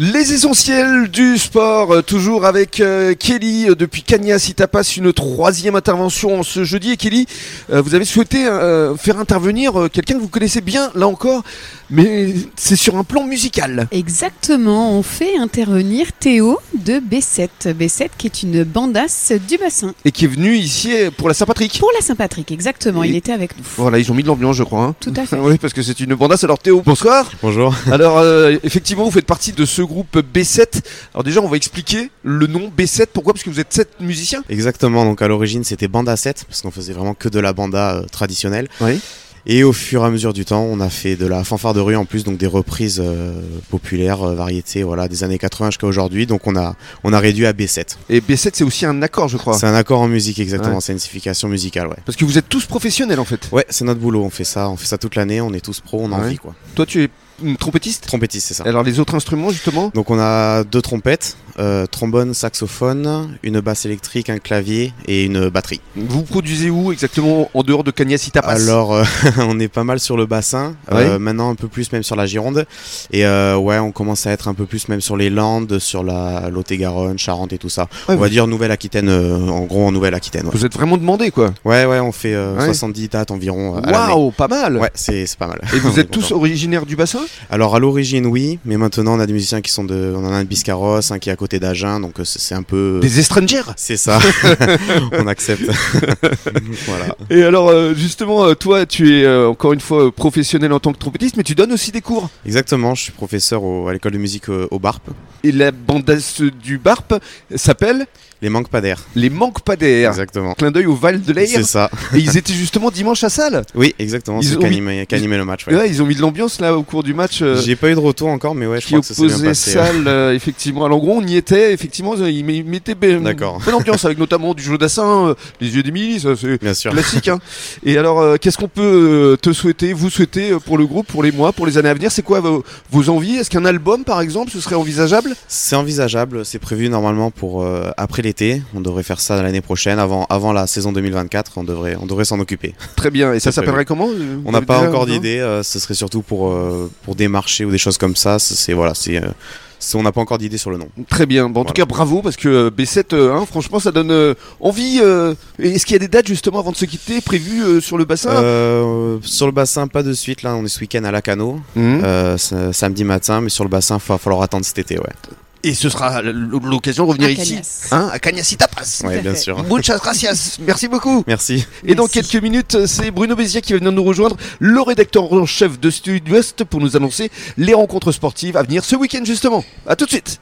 Les essentiels du sport, euh, toujours avec euh, Kelly euh, depuis Cagnas. Il passe une troisième intervention ce jeudi. Et Kelly, euh, vous avez souhaité euh, faire intervenir euh, quelqu'un que vous connaissez bien, là encore, mais c'est sur un plan musical. Exactement, on fait intervenir Théo de B7. B7 qui est une bandasse du bassin. Et qui est venu ici euh, pour la Saint-Patrick. Pour la Saint-Patrick, exactement, Et- il était avec nous. Voilà, ils ont mis de l'ambiance, je crois. hein. Tout à fait. Oui, parce que c'est une bandasse. Alors Théo, bonsoir. Bonjour. Alors euh, effectivement, vous faites partie de ce groupe B7. Alors déjà, on va expliquer le nom B7. Pourquoi Parce que vous êtes sept musiciens. Exactement, donc à l'origine c'était Banda 7, parce qu'on faisait vraiment que de la banda euh, traditionnelle. Oui. Et au fur et à mesure du temps, on a fait de la fanfare de rue en plus, donc des reprises euh, populaires, euh, variétés, voilà, des années 80 jusqu'à aujourd'hui. Donc on a, on a réduit à B7. Et B7, c'est aussi un accord, je crois. C'est un accord en musique, exactement, Ouais. c'est une signification musicale, ouais. Parce que vous êtes tous professionnels en fait. Ouais, c'est notre boulot, on fait ça, on fait ça toute l'année, on est tous pros, on en Ouais. vit quoi. Toi, tu es une trompettiste. Trompettiste, c'est ça. Alors les autres instruments justement. Donc on a deux trompettes, euh, trombone, saxophone, une basse électrique, un clavier et une batterie. Vous produisez où exactement en dehors de Cagnas Itapas Alors, euh, on est pas mal sur le bassin, Ah euh, maintenant un peu plus même sur la Gironde. Et euh, ouais, on commence à être un peu plus même sur les Landes, sur la Lot-et-Garonne, Charente et tout ça. Ouais, on vous- va dire Nouvelle-Aquitaine, euh, en gros en Nouvelle-Aquitaine. Ouais. Vous êtes vraiment demandé quoi. ouais, ouais, on fait euh, Ouais. 70 dates environ euh, à l'année. Ah Waouh, pas mal. Ouais, c'est c'est pas mal. Et On vous est êtes tous content. originaires du bassin Alors à l'origine oui, mais maintenant on a des musiciens qui sont de, on en a un de Biscarrosse, un qui est à côté d'Agen, donc euh, c'est c'est un peu. Des étrangères C'est ça. on accepte. voilà. Et alors euh, justement, euh, toi, tu es euh, encore une fois euh, professionnel en tant que trompettiste, mais tu donnes aussi des cours. Exactement. Je suis professeur au- à l'école de musique euh, au Barp. Et la bandasse du Barp s'appelle Les manques pas d'air. Les Manques pas d'air. Exactement. Clin d'œil au Val de l'Air. C'est ça. Et ils étaient justement dimanche à Salle. Oui, exactement. Ils C'est ont qu'animer qu'animer le match. ouais. Ouais, ils ont mis de l'ambiance là au cours du match. euh, J'ai pas eu de retour encore, mais ouais, je qui crois que ça s'est bien opposait passé. Salle euh, effectivement à Langron, on y était effectivement euh, ils met- ils mettaient be- D'accord. bonne ambiance avec notamment du jeu d'assin, euh, les yeux d'Emilie, ça c'est Bien sûr. classique hein. Et alors euh, qu'est-ce qu'on peut euh, te souhaiter, vous souhaiter euh, pour le groupe, pour les mois, pour les années à venir, c'est quoi vos, vos envies Est-ce qu'un album par exemple ce serait envisageable C'est envisageable. C'est prévu normalement pour euh, après l'été. On devrait faire ça l'année prochaine, avant avant la saison 2024. On devrait on devrait s'en occuper. Très bien et ça C'est prévu. s'appellerait comment euh, vous On n'a avez pas déjà- encore non d'idée. euh, ce serait surtout pour euh, pour des marchés ou des choses comme ça. C'est c'est- voilà. C'est euh, c'est- on n'a pas encore d'idée sur le nom. Très bien. Bon, en tout cas, Voilà. bravo parce que euh, B7, euh, hein, franchement, ça donne euh, envie. euh, et Est-ce qu'il y a des dates justement avant de se quitter prévues euh, sur le bassin Euh, sur le bassin, pas de suite. Là, on est ce week-end à Lacano, Mhm. euh, ce- samedi matin. Mais sur le bassin, il va falloir attendre cet été. Ouais. Et ce sera l- l'occasion de revenir À ici, Cagnas. hein, à Cagnacita Pass. Ouais, à bien fait. sûr. Muchas gracias, merci beaucoup. Merci. Et dans Merci. quelques minutes, c'est Bruno Bézier qui va venir nous rejoindre, le rédacteur en chef de Studio West, pour nous annoncer les rencontres sportives à venir ce week-end justement. À tout de suite.